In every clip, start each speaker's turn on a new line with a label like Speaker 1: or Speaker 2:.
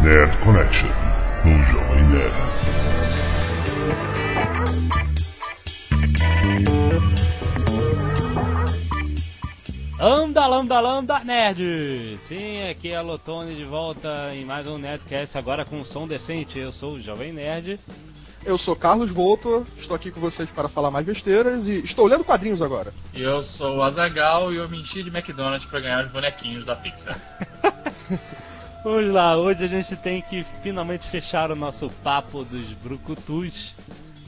Speaker 1: Nerd Connection, no Jovem Nerd.
Speaker 2: Anda, lambda, lambda, nerd! Sim, aqui é a Lotone de volta em mais um Nerdcast, agora com um som decente. Eu sou o Jovem Nerd.
Speaker 3: Eu sou Carlos Volto, estou aqui com vocês para falar mais besteiras e estou lendo quadrinhos agora.
Speaker 4: E eu sou o Azagal e eu me enchi de McDonald's pra ganhar os bonequinhos da Pixar.
Speaker 2: Vamos lá, hoje a gente tem que finalmente fechar o nosso papo dos brucutus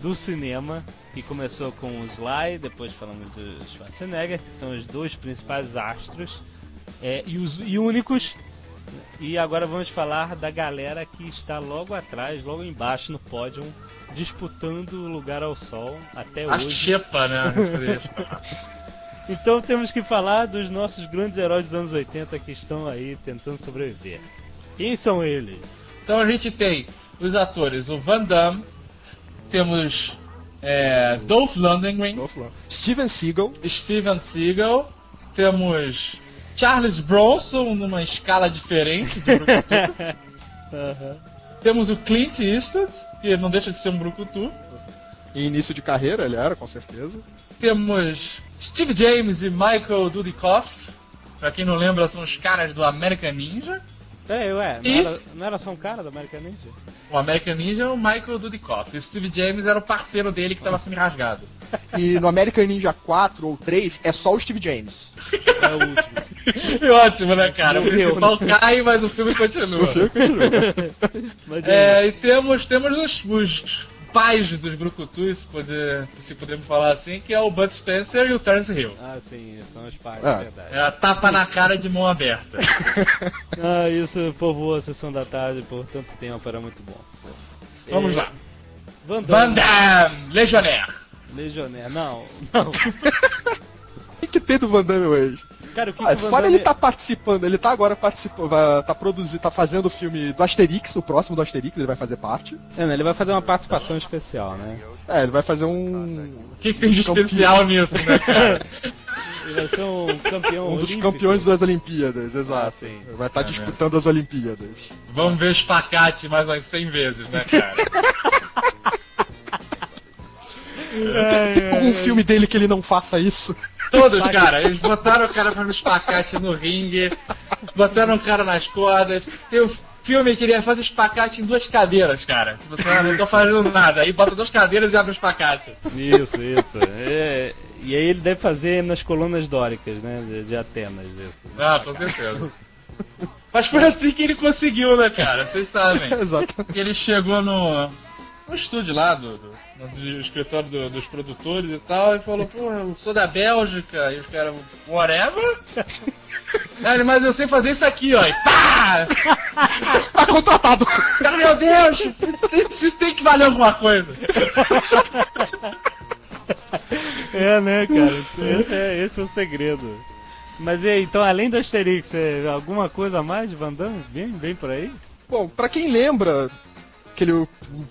Speaker 2: do cinema, que começou com o Sly, depois falamos do Schwarzenegger, que são os dois principais astros é, e os e únicos. E agora vamos falar da galera que está logo atrás, logo embaixo no pódio, disputando o lugar ao sol até
Speaker 4: A
Speaker 2: hoje.
Speaker 4: xepa, né? a gente poderia chamar.
Speaker 2: Então temos que falar dos nossos grandes heróis dos anos 80 que estão aí tentando sobreviver. Quem são eles?
Speaker 4: então a gente tem os atores, o Van Damme, temos é, Dolph Lundgren,
Speaker 3: Vamos lá. Steven Seagal,
Speaker 4: Steven Seagal, temos Charles Bronson numa escala diferente de Brucutu. Temos o Clint Eastwood, que não deixa de ser um Brucutu.
Speaker 3: em início de carreira, ele era, com certeza.
Speaker 4: Temos Steve James e Michael Dudikoff. Pra quem não lembra, são os caras do American Ninja.
Speaker 2: Peraí, ué, É, não,
Speaker 4: E?
Speaker 2: era, não era só um cara da América Ninja?
Speaker 4: O American Ninja é o Michael Dudikoff. E o Steve James era o parceiro dele que tava sendo rasgado.
Speaker 3: E no American Ninja 4 ou 3 é só o Steve James.
Speaker 2: É o último.
Speaker 4: E ótimo, né, cara? O principal cai, mas o filme continua.
Speaker 2: Mas,
Speaker 4: É, e temos, temos os, os pais dos Brucutus, se, poder, se podemos falar assim, que é o Bud Spencer e o Terence Hill.
Speaker 2: Ah, sim, são os pais,
Speaker 3: Ah.
Speaker 2: é verdade.
Speaker 4: É a tapa na cara de mão aberta.
Speaker 2: Ah, isso povoou a sessão da tarde por tanto tempo, era muito bom.
Speaker 4: Vamos lá.
Speaker 2: Van
Speaker 4: Van
Speaker 2: Damme,
Speaker 4: Damme, Legionnaire.
Speaker 2: Legionnaire, não, não.
Speaker 3: O que, que tem do Van Damme hoje?
Speaker 2: Cara, o que,
Speaker 3: Ah,
Speaker 2: que o Van
Speaker 3: fora
Speaker 2: Damme...
Speaker 3: ele tá participando, ele tá agora participando, vai- tá produzindo, tá fazendo o filme do Asterix, o próximo do Asterix, ele vai fazer parte.
Speaker 2: É, né, Ele vai fazer uma participação especial, né?
Speaker 3: É, ele vai fazer um.
Speaker 4: O que, que tem de especial nisso, né, cara?
Speaker 2: Ele vai ser um campeão
Speaker 3: Um dos
Speaker 2: olímpico. Ah,
Speaker 3: campeões das Olimpíadas, exato.
Speaker 2: sim. É
Speaker 3: Vai estar disputando as Olimpíadas.
Speaker 4: Vamos ver o espacate mais umas 100 vezes, né, cara?
Speaker 3: Tem algum Um filme dele que ele não faça isso?
Speaker 4: Todos, cara. Eles botaram o cara fazendo espacate no ringue, botaram o cara nas cordas. Tem um filme que ele fazer espacate em duas cadeiras, cara. Tipo assim, ah, não tô fazendo nada. Aí bota duas cadeiras e abre o espacate.
Speaker 2: Isso, isso. É, e aí ele deve fazer nas colunas dóricas, né? De, de Atenas. Isso.
Speaker 4: Ah, com certeza. Mas foi assim que ele conseguiu, né, cara? Vocês sabem.
Speaker 3: Exato.
Speaker 4: que ele chegou no, no estúdio lá, do, do- no, do escritório do- dos produtores e tal, e falou, pô, eu sou da Bélgica, e os caras, whatever? Aí ele, mas eu sei fazer isso aqui, ó, e pá!
Speaker 3: Tá contratado!
Speaker 4: Cara, meu Deus, isso tem que valer alguma coisa.
Speaker 2: É, né, cara? Esse é, esse é o segredo. Mas e aí, então, além do Asterix, é, alguma coisa a mais de Van Damme? Bem, bem por aí?
Speaker 3: Bom, pra quem lembra, aquele, um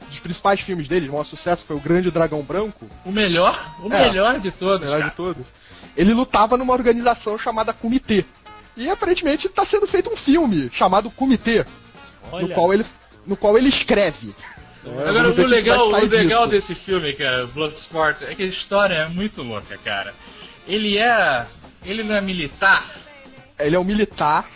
Speaker 3: dos principais filmes dele, o maior sucesso foi o Grande Dragão Branco,
Speaker 4: O melhor, o
Speaker 3: É.
Speaker 4: melhor de
Speaker 3: na
Speaker 4: todos,
Speaker 3: verdade
Speaker 4: cara.
Speaker 3: de todos. Ele lutava numa organização chamada Comitê. E aparentemente tá sendo feito um filme chamado Comitê, no
Speaker 2: Olha,
Speaker 3: qual ele no qual ele escreve.
Speaker 4: Agora,
Speaker 3: Vamos ver
Speaker 4: o
Speaker 3: o que
Speaker 4: legal,
Speaker 3: vai
Speaker 4: o
Speaker 3: sair
Speaker 4: legal
Speaker 3: disso.
Speaker 4: desse filme, cara, Bloodsport, é que a história é muito louca, cara. Ele é... ele não é militar,
Speaker 3: Ele é um militar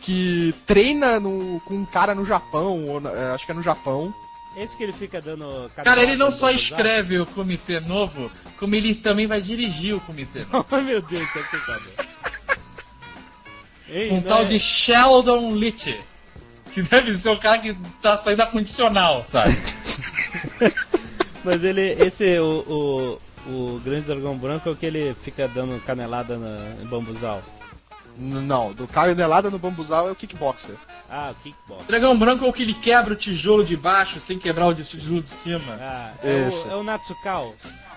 Speaker 3: que treina no- com um cara no Japão, ou na- é, acho que é no Japão.
Speaker 2: esse que ele fica dando...
Speaker 4: Cara, ele não
Speaker 2: cadeirada,
Speaker 4: só
Speaker 2: dando
Speaker 4: escreve o comitê novo, como ele também vai dirigir o comitê novo.
Speaker 2: zap. Ai, meu Deus, que pecado. Ei,
Speaker 4: Um
Speaker 2: não
Speaker 4: tal
Speaker 2: é-
Speaker 4: de Sheldon Litch. Que deve ser o cara que tá saindo da condicional, sabe?
Speaker 2: Mas ele, esse, o, o, o grande dragão branco é o que ele fica dando canelada na, em bambuzal.
Speaker 3: N- Não, do Caio Nelada no Bambuzal é o kickboxer.
Speaker 2: Ah, kickbox.
Speaker 4: O dragão branco é o que ele quebra o tijolo de baixo sem quebrar o de- tijolo de cima.
Speaker 2: Ah, é
Speaker 3: Esse.
Speaker 2: o, é o Natsukao.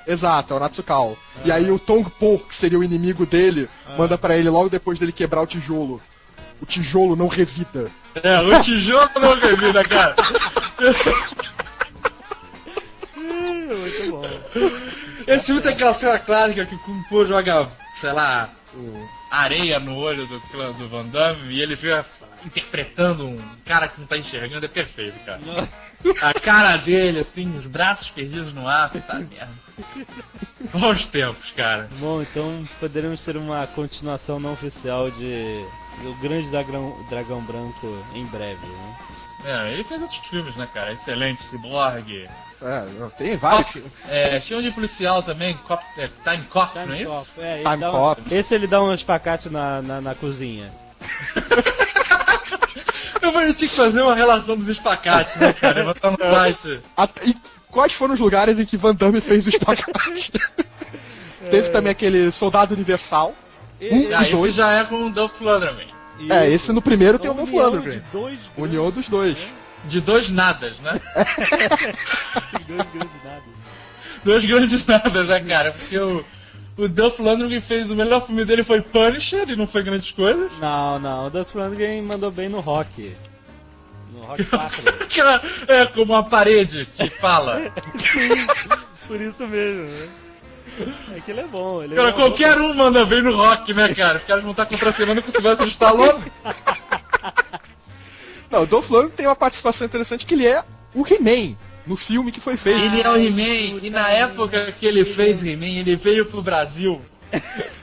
Speaker 3: Exato, é o Natsukao. E aí o Tong Po, que seria o inimigo dele, manda pra ele logo depois dele quebrar o tijolo. O tijolo não revida.
Speaker 4: É, o tijolo não revida, cara.
Speaker 2: Muito bom.
Speaker 4: Esse filme tem aquela cena clássica que o Kung Po joga, sei lá, o- areia no olho do clã do Van Damme e ele fica. interpretando um cara que não tá enxergando é perfeito, cara. A cara dele, assim, os braços perdidos no ar, tá merda. Bons tempos, cara.
Speaker 2: Bom, então poderemos ter uma continuação não oficial de O Grande Dragão, Dragão Branco em breve, né?
Speaker 4: É, ele fez outros filmes, né, cara? Excelente, Cyborg.
Speaker 3: É, tem vários.
Speaker 4: É, tinha um de policial também, Cop, é, Time Cop, não é isso?
Speaker 2: Cop, é, ele
Speaker 3: Time
Speaker 2: dá um-
Speaker 3: Cop.
Speaker 2: Esse ele dá um espacate na, na, na cozinha.
Speaker 4: Eu falei, tinha que fazer uma relação dos espacates, né, cara? Eu Vou botar no site.
Speaker 3: Até- E quais foram os lugares em que Van Damme fez o espacate? Teve também aquele Soldado Universal. Um
Speaker 4: Ah,
Speaker 3: e
Speaker 4: esse
Speaker 3: dois.
Speaker 4: já é com o Dolph Lundgren.
Speaker 3: É, esse no primeiro tem o Dolph
Speaker 2: união de
Speaker 3: Lundgren.
Speaker 2: dois
Speaker 3: União dos dois.
Speaker 4: De dois nadas, né?
Speaker 2: grandes, dois grandes nada.
Speaker 4: Dois grandes nadas, né, cara? Porque o, o Dolph Lundgren fez o melhor filme dele foi Punisher e não foi grandes coisas.
Speaker 2: Não, não, o Dolph Lundgren mandou bem no rock. No rock 4.
Speaker 4: Aquela, é como uma parede que fala.
Speaker 2: Por isso mesmo, né? É que ele é bom, ele
Speaker 4: Cara,
Speaker 2: é bom.
Speaker 4: qualquer um manda bem no rock, né, cara? Os caras vão estar contracenando com o Sylvester Stallone.
Speaker 3: Não, o Dolph Lundgren tem uma participação interessante que ele é o He-Man no filme que foi feito.
Speaker 4: Ele é o He-Man, e na época que ele fez He-Man, ele veio pro Brasil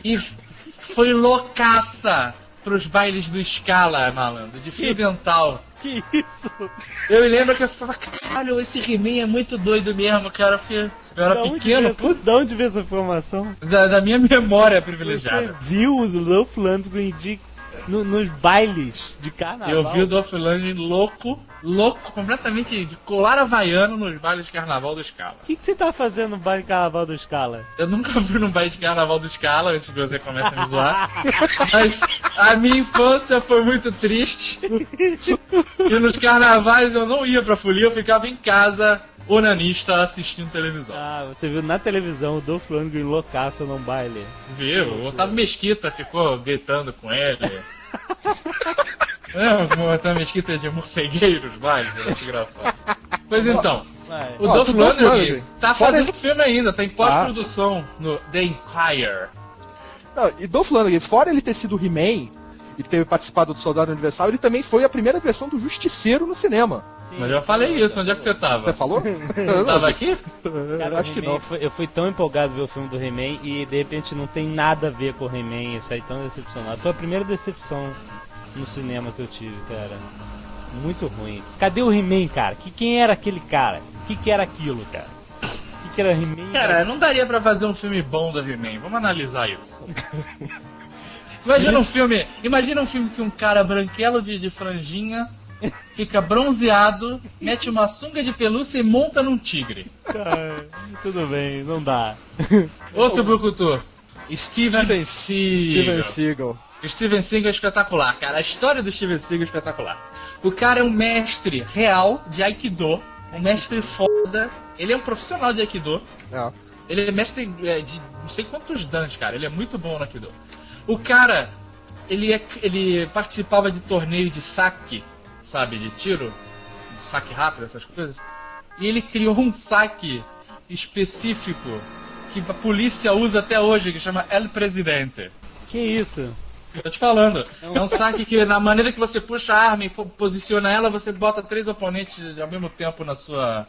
Speaker 4: e f- foi loucaça pros bailes do Scala, malandro, de fio dental.
Speaker 2: Que isso?
Speaker 4: Eu me lembro que eu falava, caralho, esse He-Man é muito doido mesmo, cara, porque eu
Speaker 3: Tá
Speaker 4: era
Speaker 2: Da onde
Speaker 4: pequeno,
Speaker 2: veio essa- Da onde veio essa informação?
Speaker 4: pô, da, da minha memória
Speaker 2: Você
Speaker 4: privilegiada.
Speaker 2: viu o Dolph Lundgren de, no- nos bailes de carnaval?
Speaker 4: Eu vi o Dolph Lundgren louco, louco, completamente de colar havaiano nos bailes de carnaval do Scala.
Speaker 2: O que, que você tá fazendo no baile de carnaval do Scala?
Speaker 4: Eu nunca fui num baile de carnaval do Scala antes que você comece a me zoar. Mas a minha infância foi muito triste. E nos carnavais eu não ia pra folia, eu ficava em casa, onanista, assistindo televisão.
Speaker 2: Ah, você viu na televisão o Dolph Lundgren loucaço num baile.
Speaker 4: Viu? O Otávio Mesquita ficou gritando com ele. Não, o Otávio Mesquita é de morcegueiros, baile, era desgraçado. Pois então.
Speaker 2: Vai.
Speaker 4: O
Speaker 3: Ó,
Speaker 4: Dolph
Speaker 3: o Dolph
Speaker 4: Lundgren
Speaker 3: Lundgren. Ah.
Speaker 4: tá
Speaker 3: Fora
Speaker 4: fazendo filme ainda, tá em pós-produção no The Empire.
Speaker 3: Não, e Dolph Lundgren, fora ele ter sido o He-Man e ter participado do Soldado Universal, ele também foi a primeira versão do Justiceiro no cinema.
Speaker 4: Mas eu falei isso, onde é que você
Speaker 3: Você
Speaker 4: tava?
Speaker 3: falou?
Speaker 4: Você
Speaker 3: Eu não-
Speaker 4: tava aqui?
Speaker 2: Cara,
Speaker 3: acho
Speaker 2: o
Speaker 3: que
Speaker 2: He-Man,
Speaker 3: não.
Speaker 2: foi- Eu fui tão empolgado ver o filme do He-Man e de repente não tem nada a ver com o He-Man. Eu saí tão decepcionado. Foi a primeira decepção no cinema que eu tive, cara. Muito ruim. Cadê o He-Man, cara? Que, quem era aquele cara? O que, que era aquilo, cara? O que, que era o He-Man?
Speaker 4: Cara, não daria pra fazer um filme bom do He-Man. Vamos analisar isso. Imagina um filme. Imagina um filme que um cara branquelo de, de franjinha fica bronzeado, mete uma sunga de pelúcia e monta num tigre.
Speaker 2: Cara, tudo bem, não dá.
Speaker 4: Outro brucutu. Steven,
Speaker 3: Steven
Speaker 4: Seagal.
Speaker 3: Steven Seagal.
Speaker 4: Steven Seagal é espetacular, cara. A história do Steven Seagal é espetacular. O cara é um mestre real de Aikido, um mestre foda. Ele é um profissional de Aikido.
Speaker 3: É.
Speaker 4: Ele é mestre é, de não sei quantos danos, cara. Ele é muito bom no Aikido. O cara, ele, é- ele participava de torneio de saque, sabe? De tiro, de saque rápido, essas coisas. E ele criou um saque específico que a polícia usa até hoje, que chama El Presidente.
Speaker 2: Que isso?
Speaker 4: Tô te falando. É um saque que, na maneira que você puxa a arma e po- posiciona ela, você bota três oponentes ao mesmo tempo na sua,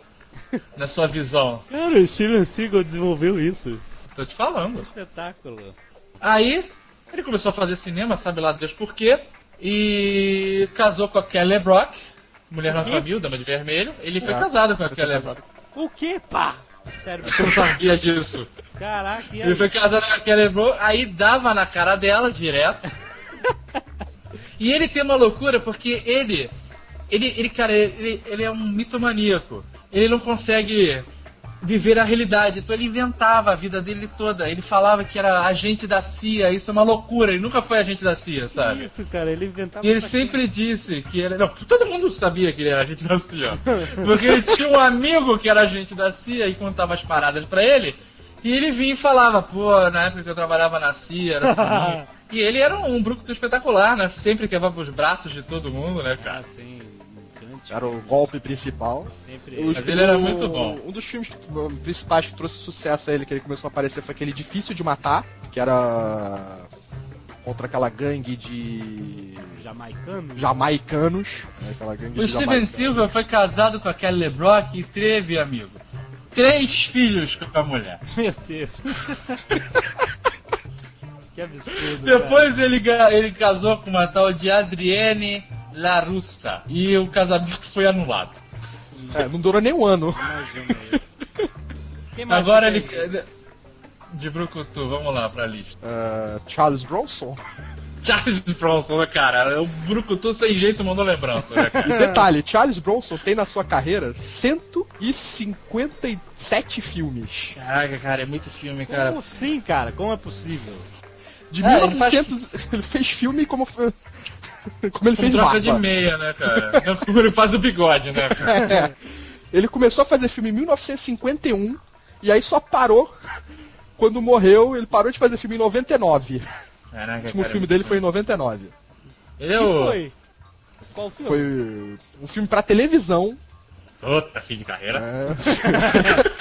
Speaker 4: na sua visão.
Speaker 2: Cara, o Steven Seagal desenvolveu isso.
Speaker 4: Tô te falando.
Speaker 2: Espetáculo.
Speaker 4: Aí, ele começou a fazer cinema, sabe lá Deus por quê, e casou com a Kelly Brock, mulher nota mil, dama de vermelho. Ele foi
Speaker 3: Ah,
Speaker 4: casado com a Kelly Brock.
Speaker 2: O que, pá? Sério,
Speaker 4: Eu não sabia disso.
Speaker 2: caraca, e aí?
Speaker 4: Ele foi casado com a Kelly Brook, aí dava na cara dela direto. e ele tem uma loucura porque ele. Ele, ele cara, ele, ele é um mitomaníaco. Ele não consegue viver a realidade. Então ele inventava a vida dele toda. Ele falava que era agente da CIA. Isso é uma loucura. Ele nunca foi agente da CIA,
Speaker 2: Que
Speaker 4: sabe?
Speaker 2: isso, cara? Ele inventava.
Speaker 4: E ele
Speaker 2: essa-
Speaker 4: sempre disse que era. Não, todo mundo sabia que ele era agente da CIA. Porque ele tinha um amigo que era agente da CIA e contava as paradas pra ele. E ele vinha e falava, pô, na época que eu trabalhava na CIA, era
Speaker 2: Ah.
Speaker 4: assim. e ele era um, um brucutu espetacular, né? Sempre quebrava os braços de todo mundo, né,
Speaker 2: Ah,
Speaker 4: cara?
Speaker 2: sim, gigante.
Speaker 3: Era o golpe principal.
Speaker 2: Sempre.
Speaker 3: Os-
Speaker 4: Mas ele era muito bom.
Speaker 3: Um dos filmes que- um, principais que trouxe sucesso a ele, que ele começou a aparecer, foi aquele Difícil de Matar, que era contra aquela gangue de
Speaker 2: jamaicano.
Speaker 3: jamaicanos. né, Aquela gangue
Speaker 4: O
Speaker 3: de
Speaker 4: Steven
Speaker 3: jamaicanos.
Speaker 4: Silva foi casado com a Kelly LeBrock e teve, amigo, três filhos com a mulher.
Speaker 2: Meu Deus. que absurdo. cara.
Speaker 4: Depois ele, ga- ele casou com uma tal de Adrienne Larussa e o casamento foi anulado.
Speaker 3: É, não durou nem um ano.
Speaker 2: Imagina isso. Quem mais
Speaker 4: Agora
Speaker 2: que
Speaker 4: ele.
Speaker 2: tem?
Speaker 4: De Brucutu, vamos lá pra lista.
Speaker 3: É, Charles Bronson.
Speaker 4: Charles Bronson, né, cara? O Brucutu sem jeito mandou lembrança, né, cara?
Speaker 3: E detalhe, Charles Bronson tem na sua carreira 157 filmes.
Speaker 4: Caraca, cara, é muito filme, cara.
Speaker 2: Como sim, cara? Como é possível?
Speaker 3: De
Speaker 4: É, ele
Speaker 3: 1900, ele, fez filme como foi- como ele
Speaker 4: Com
Speaker 3: fez
Speaker 4: troca um de
Speaker 3: barba.
Speaker 4: meia, né, cara? Não, Como ele faz o bigode, né, cara?
Speaker 3: É. Ele começou a fazer filme em 1951 e aí só parou quando morreu, ele parou de fazer filme em 99.
Speaker 4: Caraca,
Speaker 3: O último
Speaker 4: cara, é
Speaker 3: filme dele foi em 99.
Speaker 4: Ele é
Speaker 2: Que
Speaker 4: o.
Speaker 2: foi? Qual filme?
Speaker 3: Foi um filme pra televisão.
Speaker 4: Puta, fim de carreira.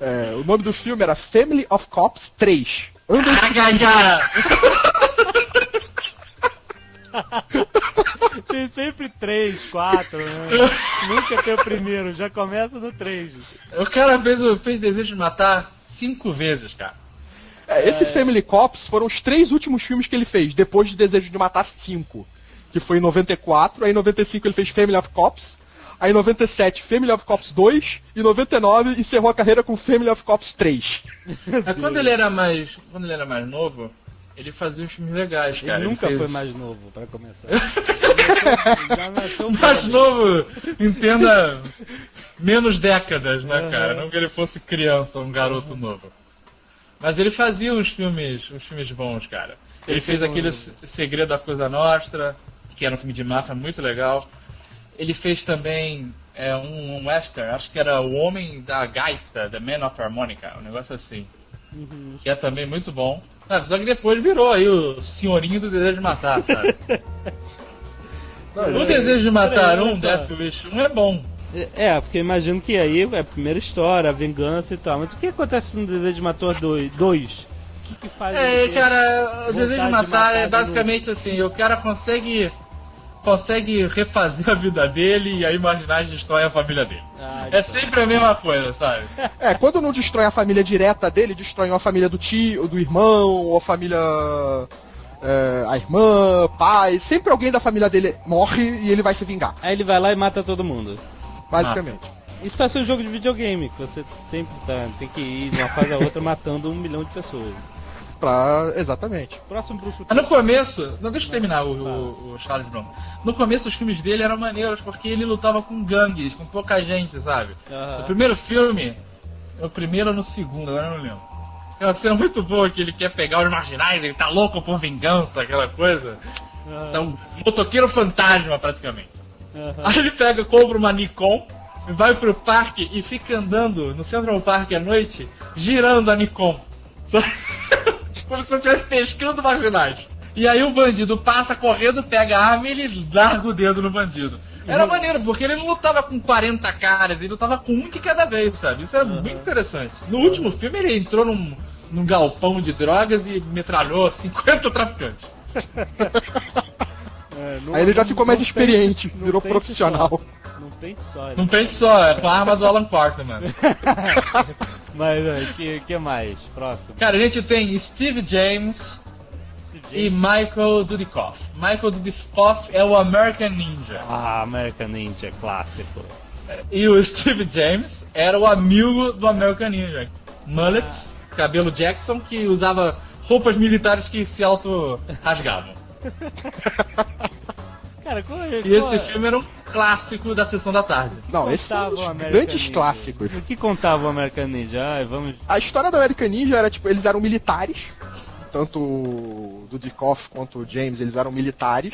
Speaker 3: É, o nome do filme era Family of Cops 3. Under
Speaker 4: Caraca, cara!
Speaker 2: Tem sempre três, quatro, né? Nunca tem o primeiro, já começa no três.
Speaker 4: O cara fez, o- fez desejo de matar cinco vezes, cara.
Speaker 3: É, esse Family Cops foram os três últimos filmes que ele fez, depois de Desejo de Matar 5, que foi em 94, aí em 95 ele fez Family of Cops, aí em 97 Family of Cops 2, e em 99 encerrou a carreira com Family of Cops 3.
Speaker 4: Mas quando ele era mais. Quando ele era mais novo, ele fazia uns filmes legais,
Speaker 2: Ele
Speaker 4: cara.
Speaker 2: nunca
Speaker 4: fez-
Speaker 2: foi mais novo, pra começar. já nasceu
Speaker 4: Mais novo, entenda. Menos décadas, né, cara? Não que ele fosse criança, um garoto novo. Mas ele fazia uns filmes, uns filmes bons, cara. Ele, fez,
Speaker 2: né?
Speaker 4: aquele Se- Segredo da Coisa Nostra, que era um filme de máfia muito legal. Ele fez também é, um, um western, acho que era O Homem da Gaita, The Man of Harmonica, um negócio assim.
Speaker 2: Uhum.
Speaker 4: Que é também muito bom. Ah, só que depois virou aí o senhorinho do desejo de matar, sabe? o desejo de matar
Speaker 2: Peraí, olha
Speaker 4: um,
Speaker 2: só.
Speaker 4: Death Wish 1 é bom.
Speaker 2: É, porque eu imagino que aí é a primeira história, a vingança e tal. Mas o que acontece no Desejo de Matar 2? O que, que faz
Speaker 4: É,
Speaker 2: ele ter-
Speaker 4: cara, o desejo
Speaker 2: vontade
Speaker 4: de
Speaker 2: de
Speaker 4: matar
Speaker 2: matar
Speaker 4: é
Speaker 2: de
Speaker 4: basicamente assim, o cara consegue consegue refazer a vida dele e aí Marginais destrói a família dele.
Speaker 2: Ah,
Speaker 4: É sempre a mesma coisa, sabe?
Speaker 3: É, quando não destrói a família direta dele, destrói a família do tio, do irmão, ou a família. é, a irmã, pai, sempre alguém da família dele morre e ele vai se vingar,
Speaker 2: Aí ele vai lá e mata todo mundo.
Speaker 3: basicamente.
Speaker 2: Isso parece um jogo de videogame, que você sempre tá, tem que ir de uma fase a outra matando um milhão de pessoas.
Speaker 3: Pra. Exatamente.
Speaker 2: Próximo Bruce
Speaker 4: Mas no começo, não deixa eu terminar o, o- o Charles Bronson. No começo os filmes dele eram maneiros porque ele lutava com gangues, com pouca gente, sabe?
Speaker 2: Aham.
Speaker 4: O primeiro filme, o primeiro ou no segundo, agora eu não lembro. É uma cena muito boa que ele quer pegar os marginais, ele tá louco por vingança, aquela coisa. Tá um motoqueiro fantasma, praticamente.
Speaker 2: Aham.
Speaker 4: Aí ele pega, compra uma Nikon, vai pro parque e fica andando no Central Park à noite, girando a Nikon. Só- Como se eu estivesse pescando marginais. E aí o bandido passa correndo, pega a arma e ele larga o dedo no bandido. Era maneiro, porque ele não lutava com 40 caras, ele lutava com um de cada vez, sabe? Isso era muito interessante. No último filme ele entrou num, num galpão de drogas e metralhou 50 traficantes.
Speaker 2: É, não-
Speaker 3: Aí ele já ficou mais
Speaker 2: não
Speaker 3: experiente,
Speaker 2: pente- não
Speaker 3: virou
Speaker 2: pente
Speaker 3: profissional.
Speaker 2: só. Não pente só.
Speaker 4: Não
Speaker 2: Né?
Speaker 4: pente só, é com a arma do Alan Parker, mano.
Speaker 2: Mas, o que, que mais? Próximo.
Speaker 4: Cara, a gente tem Steve James
Speaker 2: Esse
Speaker 4: e
Speaker 2: James-
Speaker 4: Michael Dudikoff. Michael Dudikoff é o American Ninja.
Speaker 2: Ah, American Ninja, clássico.
Speaker 4: E o Steve James era o amigo do American Ninja. Mullet, cabelo Jackson, que usava roupas militares que se auto-rasgavam.
Speaker 2: Cara, qual é?
Speaker 4: E esse filme era um clássico da sessão da tarde.
Speaker 3: Não, esse foi um dos grandes clássicos.
Speaker 2: O que contava o American Ninja? Ai, vamos.
Speaker 3: A história do American Ninja era tipo, eles eram militares. Tanto o Dudikoff quanto o James, eles eram militares.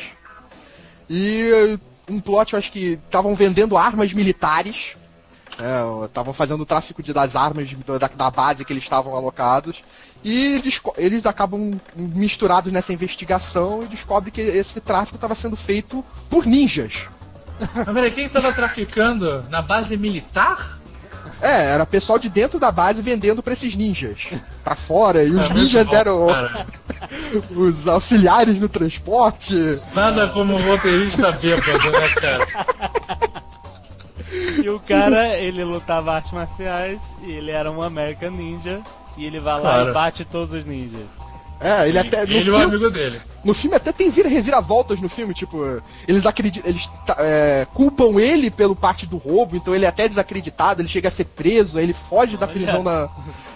Speaker 3: E eh, um plot, eu acho que estavam vendendo armas militares. né, Estavam fazendo o tráfico de, das armas de- da, da base que eles estavam alocados. E desco- eles acabam misturados nessa investigação e descobre que esse tráfico estava sendo feito por ninjas.
Speaker 4: Mas peraí, quem estava traficando na base militar?
Speaker 3: É, era pessoal de dentro da base vendendo pra esses ninjas. Pra fora, e
Speaker 4: É,
Speaker 3: os ninjas eram
Speaker 4: Cara,
Speaker 3: os auxiliares no transporte.
Speaker 4: nada como um roteirista bêbado, né, cara?
Speaker 2: E o cara, ele lutava artes marciais e ele era um American Ninja. E ele vai lá
Speaker 4: Claro.
Speaker 2: e bate todos os ninjas.
Speaker 3: É, ele até. No
Speaker 4: Ele é um
Speaker 3: filme-
Speaker 4: amigo dele.
Speaker 3: No filme até tem vira reviravoltas no filme, tipo, eles acreditam. Eles tá- é, culpam ele pelo parte do roubo, então ele é até desacreditado, ele chega a ser preso, aí ele foge da prisão na.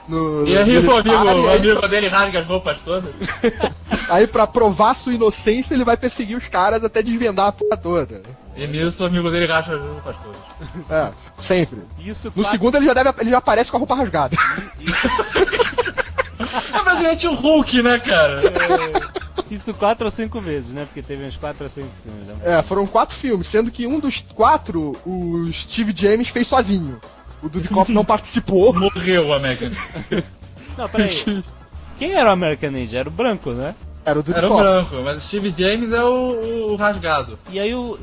Speaker 3: No,
Speaker 4: É. E aí o
Speaker 3: militar,
Speaker 4: amigo, o
Speaker 3: e aí-
Speaker 4: amigo dele rasga as roupas todas.
Speaker 3: Aí pra provar sua inocência, ele vai perseguir os caras até desvendar a porra toda.
Speaker 4: E nisso o amigo dele rasga as roupas todas.
Speaker 3: É, sempre.
Speaker 2: Isso
Speaker 3: No
Speaker 2: quatro-
Speaker 3: segundo ele já, deve, ele já aparece com a roupa rasgada.
Speaker 4: É basicamente o Hulk, né, cara?
Speaker 2: Isso quatro ou cinco vezes, né? Porque teve uns quatro ou cinco filmes. né?
Speaker 3: É, foram quatro filmes, sendo que um dos quatro o Steve James fez sozinho. O Dudikoff não participou.
Speaker 4: Morreu o American.
Speaker 2: Não, peraí. Quem era o American Ninja? Era o branco, né?
Speaker 3: Era o
Speaker 4: Era o
Speaker 3: Dudikoff.
Speaker 4: branco, mas o Steve James é o, o rasgado.
Speaker 2: E aí o, o-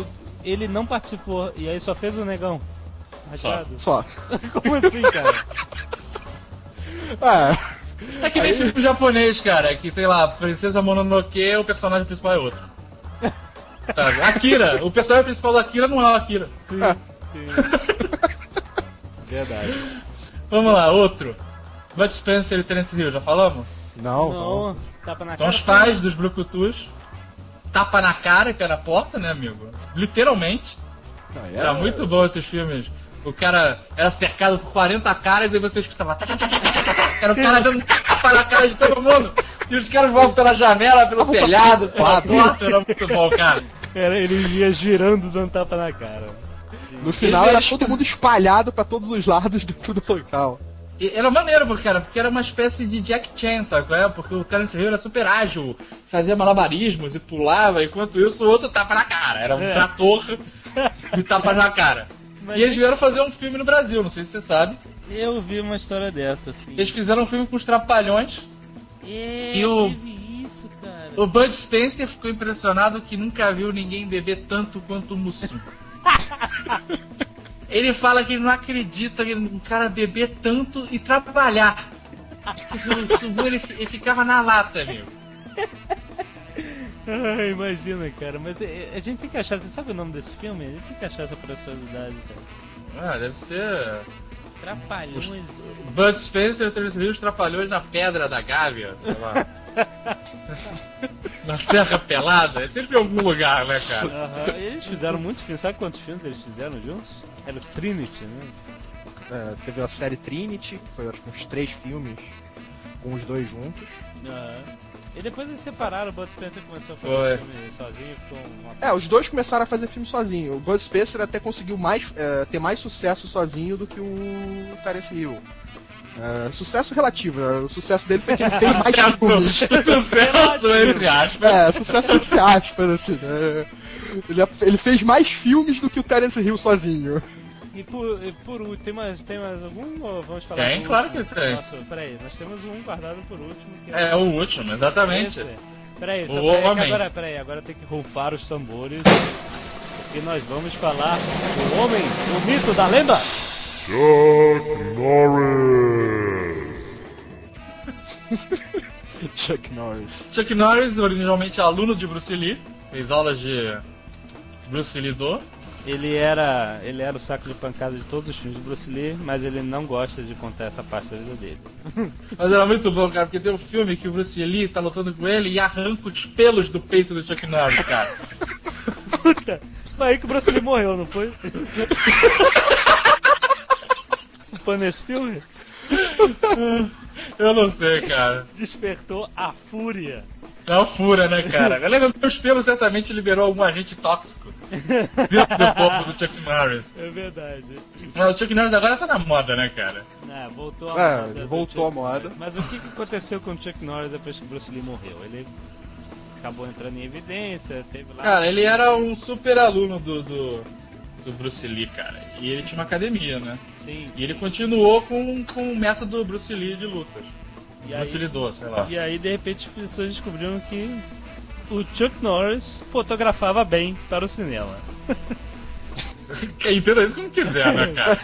Speaker 2: o- ele não participou, e aí só fez o negão.
Speaker 4: Só.
Speaker 2: Rachado.
Speaker 3: Só.
Speaker 2: Como assim, cara?
Speaker 3: É.
Speaker 4: É que nem filme japonês, cara, que tem lá, Princesa Mononoke, o personagem principal é outro. Sabe? Akira, o personagem principal do Akira não é o Akira.
Speaker 2: Sim, sim. Verdade.
Speaker 4: Vamos lá, outro. Bud Spencer e Terence Hill, já falamos?
Speaker 3: Não, não.
Speaker 2: Não, tapa na cara.
Speaker 4: São Então,
Speaker 2: tá?
Speaker 4: os pais dos Brucutus. Tapa na cara, cara, na porta, né, amigo? Literalmente. Era muito bom esses filmes. O cara era cercado por 40 caras e você escutava. tá, tá, tá, tá, tá, tá, tá. Era o cara dando tapa na cara de todo mundo. E os caras voam pela janela, pelo telhado, pela porta. Era muito bom, cara.
Speaker 2: Era, ele ia girando dando tapa na cara.
Speaker 3: No final
Speaker 4: Ele
Speaker 3: era
Speaker 4: é
Speaker 3: todo mundo espalhado pra todos os lados dentro do local.
Speaker 4: E era maneiro, porque, cara, porque era uma espécie de Jack Chan, sabe? qual é? Porque o Terence Hill era super ágil, fazia malabarismos e pulava, enquanto isso o outro tapa na cara. Era um
Speaker 2: É.
Speaker 4: trator de tapa na cara.
Speaker 2: Mas-
Speaker 4: E eles vieram fazer um filme no Brasil, não sei se você sabe.
Speaker 2: Eu vi uma história dessa, assim.
Speaker 4: Eles fizeram um filme com os Trapalhões.
Speaker 2: É,
Speaker 4: E o-
Speaker 2: teve isso, cara.
Speaker 4: O Bud Spencer ficou impressionado que nunca viu ninguém beber tanto quanto o Mussum. ele fala que ele não acredita que um cara beber tanto e trabalhar. Porque o Mussum ele, fi- ele ficava na lata, amigo.
Speaker 2: Ah, imagina, cara. Mas é, a gente tem que achar, você sabe o nome desse filme? A gente tem que achar essa preciosidade, cara.
Speaker 4: Ah, deve ser.
Speaker 2: Trapalhões.
Speaker 4: Bud Spencer transferiu os trapalhões na pedra da Gávea, sei lá. na Serra Pelada, é sempre em algum lugar, né, cara?
Speaker 2: Aham, Eles fizeram muitos filmes. Sabe quantos filmes eles fizeram juntos? Era o Trinity, né?
Speaker 3: É, teve a série Trinity, que foi acho que uns três filmes com os dois juntos.
Speaker 2: Aham. É. E depois eles separaram, o Bud Spencer começou a fazer
Speaker 4: Foi.
Speaker 2: filme sozinho, ficou uma...
Speaker 3: É, os dois começaram a fazer filme sozinho. O Bud Spencer até conseguiu mais, é, ter mais sucesso sozinho do que o Terence Hill. É, sucesso relativo, né? O sucesso dele foi que ele fez mais filmes.
Speaker 4: Sucesso, entre aspas.
Speaker 3: É, sucesso entre aspas, assim, né? Ele, ele fez mais filmes do que o Terence Hill sozinho.
Speaker 2: E por, e por último, tem mais, tem mais algum? Ou vamos falar
Speaker 4: Tem,
Speaker 2: do
Speaker 4: claro
Speaker 2: último?
Speaker 4: que tem.
Speaker 2: Nossa, peraí, nós temos um guardado por último. Que
Speaker 4: É o último, exatamente.
Speaker 2: Esse. Peraí, só
Speaker 4: O
Speaker 2: peraí, que
Speaker 4: homem.
Speaker 2: agora, peraí, agora tem que rufar os tambores. E nós vamos falar do homem, do mito, da lenda.
Speaker 1: Chuck Norris.
Speaker 3: Chuck Norris.
Speaker 4: Chuck Norris, originalmente aluno de Bruce Lee, fez aulas de Bruce Lee Do.
Speaker 2: Ele era, ele era o saco de pancada de todos os filmes do Bruce Lee, mas ele não gosta de contar essa parte da vida dele.
Speaker 4: Mas era muito bom, cara, porque tem um filme que o Bruce Lee tá lutando com ele e arranca os pelos do peito do Chuck Norris, cara.
Speaker 2: Puta, foi aí que o Bruce Lee morreu, não foi? Foi nesse filme?
Speaker 4: Eu não sei, cara.
Speaker 2: Despertou a fúria.
Speaker 4: É uma fura, né, cara? A galera dos pelos certamente liberou algum agente tóxico dentro do corpo do Chuck Norris.
Speaker 2: É verdade.
Speaker 4: Mas o Chuck Norris agora tá na moda, né, cara?
Speaker 2: Ah, voltou a
Speaker 3: É,
Speaker 2: moda
Speaker 3: ele
Speaker 2: do
Speaker 3: voltou à
Speaker 2: Chuck
Speaker 3: moda.
Speaker 2: Norris. Mas o que, que aconteceu com o Chuck Norris depois que o Bruce Lee morreu? Ele acabou entrando em evidência, teve lá.
Speaker 4: Cara, ele era um super aluno do, do, do Bruce Lee, cara. E ele tinha uma academia, né?
Speaker 2: Sim.
Speaker 4: E ele continuou com, com o método Bruce Lee de lutas.
Speaker 2: E
Speaker 4: Bruce
Speaker 2: aí-
Speaker 4: Lee do, sei lá.
Speaker 2: E aí, de repente, as pessoas descobriram que o Chuck Norris fotografava bem para o cinema.
Speaker 4: É, Entenda isso como quiser, né, cara?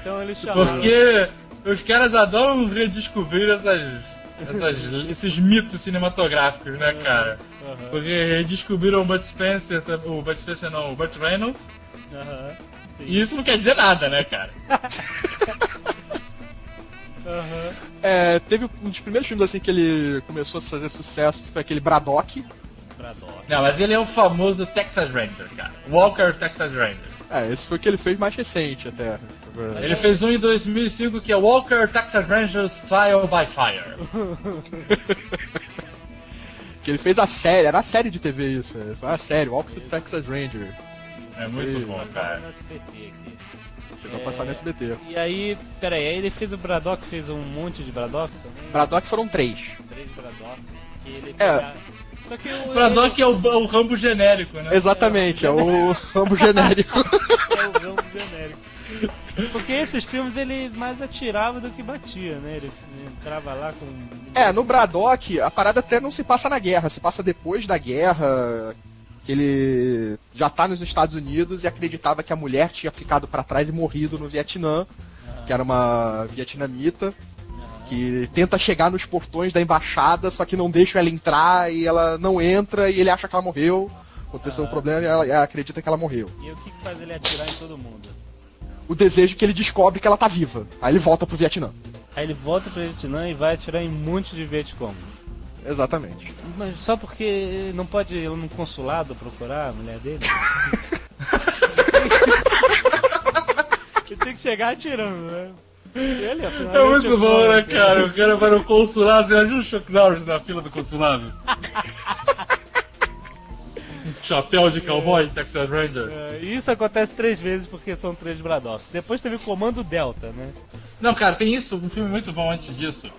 Speaker 2: Então eles chamaram.
Speaker 4: Porque os caras adoram redescobrir essas, essas- esses mitos cinematográficos, né, cara?
Speaker 2: Aham,
Speaker 4: Porque redescobriram o Bud Spencer, tam- o Bud Spencer não, o Bud Reynolds,
Speaker 2: aham, sim.
Speaker 4: e isso não quer dizer nada, né, cara?
Speaker 2: Aham.
Speaker 3: É, teve um dos primeiros filmes assim que ele começou a fazer sucesso, foi aquele Braddock.
Speaker 2: Pra dó.
Speaker 4: Não, mas ele é o famoso Texas Ranger, cara. Walker Texas Ranger.
Speaker 3: É, esse foi o que ele fez mais recente até. É.
Speaker 4: Ele fez um em 2005 que é Walker Texas Ranger Style by Fire.
Speaker 3: Que ele fez a série, era a série de TV isso. é, Foi a série, Walk to Texas Ranger.
Speaker 4: É muito bom,
Speaker 2: Passava no
Speaker 4: cara.
Speaker 2: SBT aqui.
Speaker 3: Chegou
Speaker 2: É.
Speaker 3: a passar no SBT.
Speaker 2: E aí, peraí, aí ele fez o Braddock, fez um monte de Braddock também,
Speaker 3: Braddock foram três.
Speaker 2: três Braddocks, que ele
Speaker 3: É.
Speaker 2: Só que o
Speaker 4: Braddock é o, é o Rambo genérico, né?
Speaker 3: Exatamente, é o Rambo genérico.
Speaker 2: é o Rambo genérico. Porque esses filmes ele mais atirava do que batia, né? Ele entrava lá com.
Speaker 3: É, no Braddock, a parada até não se passa na guerra, se passa depois da guerra. Que ele já tá nos Estados Unidos e acreditava que a mulher tinha ficado pra trás e morrido no Vietnã, que era uma vietnamita, que tenta chegar nos portões da embaixada, só que não deixam ela entrar e ela não entra e ele acha que ela morreu. Aconteceu um problema e ela ela acredita que ela morreu.
Speaker 2: E o que, que faz ele atirar em todo mundo?
Speaker 3: O desejo é que ele descobre que ela tá viva. Aí ele volta pro Vietnã.
Speaker 2: Aí ele volta pro Vietnã e vai atirar em um monte de Vietcong.
Speaker 3: Exatamente.
Speaker 2: Mas só porque não pode ir num consulado procurar a mulher dele? Ele tem que chegar atirando, né? Ele,
Speaker 4: É muito bom, né, cara? O cara vai no consulado, você acha o Chuck Norris na fila do consulado? Um Chapéu de cowboy, Texas Ranger.
Speaker 2: É, Isso acontece três vezes porque são três Bradocks. Depois teve o Comando Delta, né?
Speaker 4: Não, cara, tem isso, um filme muito bom antes disso,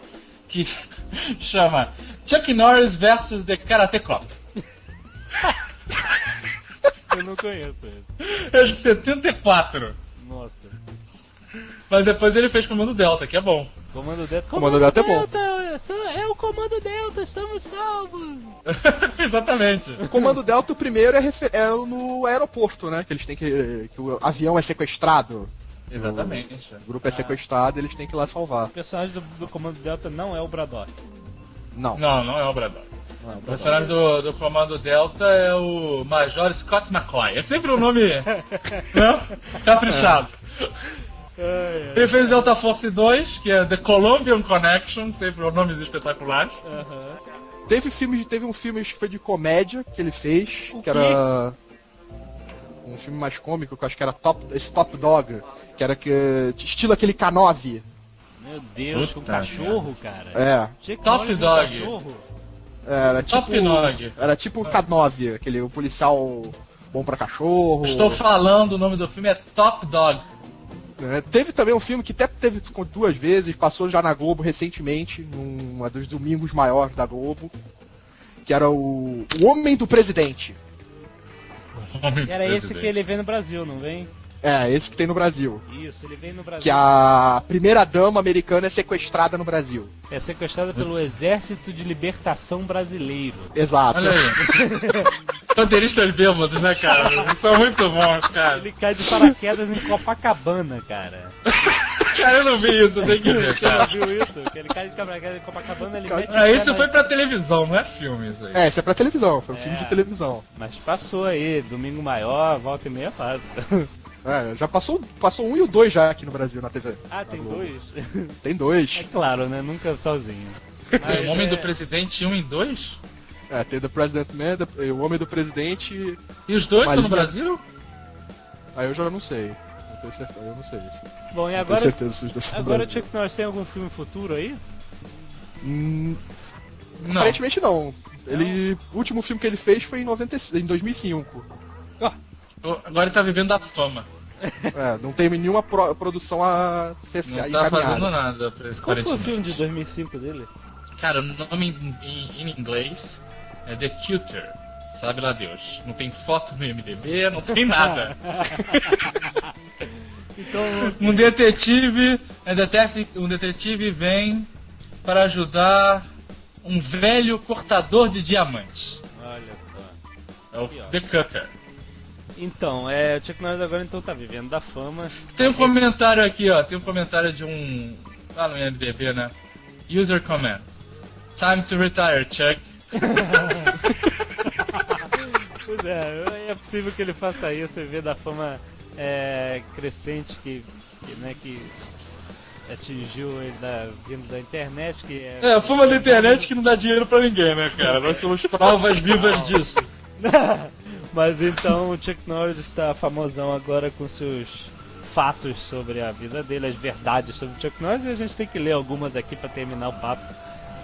Speaker 4: que chama Chuck Norris vs The Karate Cop.
Speaker 2: Eu não conheço ele.
Speaker 4: É de 74.
Speaker 2: Nossa.
Speaker 4: Mas depois ele fez Comando Delta, que é bom.
Speaker 2: Comando Delta.
Speaker 3: Comando Delta é bom.
Speaker 2: Delta, é o Comando Delta, estamos salvos.
Speaker 4: Exatamente.
Speaker 3: O Comando Delta, o primeiro é, refe- é o no aeroporto, né? Que eles têm que. que o avião é sequestrado.
Speaker 4: Exatamente.
Speaker 3: O grupo é sequestrado eles têm que ir lá salvar.
Speaker 2: O personagem do, do Comando Delta não é o Braddock.
Speaker 3: Não.
Speaker 4: Não, não é o Braddock.
Speaker 2: Não, é o
Speaker 4: O
Speaker 2: Braddock.
Speaker 4: personagem do, do Comando Delta é o Major Scott McCoy. É sempre um nome né? caprichado.
Speaker 2: Ai,
Speaker 4: Ele fez Delta Force 2, que é The Colombian Connection, sempre um nomes espetaculares.
Speaker 2: ai, aham.
Speaker 3: Teve filme, teve um filme acho que foi de comédia que ele fez,
Speaker 2: O
Speaker 3: que era. Um filme mais cômico, que eu acho que era Top, esse Top Dog, que era que. Estilo aquele K9.
Speaker 2: Meu Deus, com
Speaker 4: Puta
Speaker 2: cachorro, cara.
Speaker 3: É.
Speaker 2: Tinha que
Speaker 4: Top
Speaker 2: nós com
Speaker 4: Dog.
Speaker 2: Cachorro.
Speaker 3: Era tipo.
Speaker 4: Top Nog.
Speaker 3: Era tipo o K9, aquele o policial bom pra cachorro.
Speaker 4: Estou falando, o nome do filme é Top Dog.
Speaker 3: né? Teve também um filme que até teve com duas vezes, passou já na Globo recentemente, numa dos domingos maiores da Globo, que era o, o Homem do Presidente.
Speaker 4: O nome do
Speaker 2: Era esse
Speaker 4: presidente.
Speaker 2: que ele vem no Brasil, não vem?
Speaker 3: É, esse que tem no Brasil.
Speaker 2: Isso, ele vem no Brasil.
Speaker 3: Que a primeira dama americana é sequestrada no Brasil.
Speaker 2: É sequestrado pelo Exército de Libertação Brasileiro.
Speaker 3: Exato.
Speaker 4: Olha aí. Roteiristas bêbados, né, cara? São muito bons, cara.
Speaker 2: Ele cai de paraquedas em Copacabana, cara.
Speaker 4: Cara, eu não vi isso, tem que ver,
Speaker 2: Você já
Speaker 4: É, cara.
Speaker 2: viu isso? Que ele cai de paraquedas em Copacabana, ele mete o
Speaker 4: Ah,
Speaker 2: pé
Speaker 4: isso
Speaker 2: na-
Speaker 4: foi pra televisão, não é filme isso aí.
Speaker 3: É, isso é pra televisão, foi um filme
Speaker 2: É.
Speaker 3: de televisão.
Speaker 2: Mas passou aí, domingo maior, volta e meia passa.
Speaker 3: É, já passou, passou um e o dois já aqui no Brasil na TV.
Speaker 2: Ah, tem dois?
Speaker 3: Tem
Speaker 2: É
Speaker 3: dois.
Speaker 2: claro, né? Nunca sozinho.
Speaker 4: É, o Homem
Speaker 2: é-
Speaker 4: do Presidente 1 e 2?
Speaker 3: É, tem The President Man, The- o Homem do Presidente.
Speaker 4: E os dois são no
Speaker 3: Malinha.
Speaker 4: Brasil?
Speaker 3: Aí eu já não sei. Não tenho certeza, eu não sei. Não
Speaker 2: Bom, e
Speaker 3: tenho
Speaker 2: agora,
Speaker 3: certeza se os dois são
Speaker 2: agora
Speaker 3: brasileiros.
Speaker 2: Chuck Norris tem algum filme futuro aí?
Speaker 3: Hum,
Speaker 4: Não.
Speaker 3: Aparentemente não. Ele, o último filme que ele fez foi em, 95 em 2005.
Speaker 4: Agora ele tá vivendo da fama.
Speaker 3: é, não tem nenhuma pro- produção a ser
Speaker 4: Não
Speaker 3: a
Speaker 4: tá
Speaker 3: encaminhada.
Speaker 4: fazendo nada pra esse
Speaker 2: Qual foi o
Speaker 4: quarentena.
Speaker 2: filme de 2005 dele?
Speaker 4: Cara, o nome em, em- em inglês é The Tutor. Sabe lá Deus. Não tem foto no MDB, não tem nada.
Speaker 2: Então,
Speaker 4: Um detetive, é detec- um detetive vem para ajudar um velho cortador de diamantes.
Speaker 2: olha só.
Speaker 4: É o The Cutter.
Speaker 2: Então, é, o Chuck Norris agora então tá vivendo da fama.
Speaker 4: Tem um comentário aqui, ó. Tem um comentário de um. Lá no IMDB, né? User comment. Time to retire, Chuck.
Speaker 2: Pois é, é possível que ele faça isso e vê da fama é, crescente que, que, né, que atingiu ele da, vindo da internet, que é.
Speaker 4: É, a fama da internet que não dá dinheiro pra ninguém, né, cara? Nós somos provas vivas disso.
Speaker 2: Mas então o Chuck Norris está famosão agora com seus fatos sobre a vida dele, as verdades sobre o Chuck Norris, e a gente tem que ler algumas aqui para terminar o papo,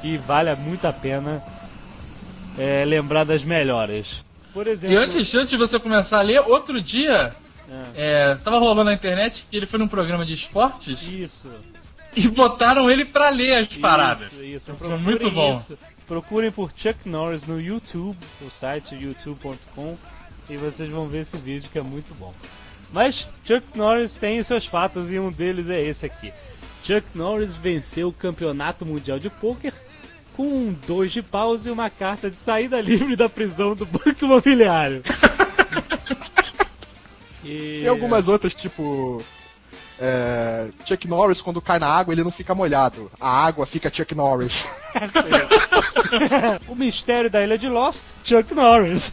Speaker 2: que vale muito a pena é, lembrar das melhores. Por exemplo.
Speaker 4: E antes, antes de você começar a ler, outro dia,
Speaker 2: Ah,
Speaker 4: é, tava rolando na internet que ele foi num programa de esportes
Speaker 2: isso.
Speaker 4: e botaram ele pra ler as paradas.
Speaker 2: Isso, isso.
Speaker 4: Foi
Speaker 2: Procurem
Speaker 4: é muito bom.
Speaker 2: isso. Procurem por Chuck Norris no YouTube, no site youtube.com, e vocês vão ver esse vídeo que é muito bom. Mas Chuck Norris tem os seus fatos e um deles é esse aqui. Chuck Norris venceu o campeonato mundial de pôquer com um dois de paus e uma carta de saída livre da prisão do banco imobiliário. E-
Speaker 3: Tem algumas outras, tipo. é, Chuck Norris, quando cai na água, ele não fica molhado. A água fica Chuck Norris.
Speaker 2: O mistério da ilha de Lost, Chuck Norris.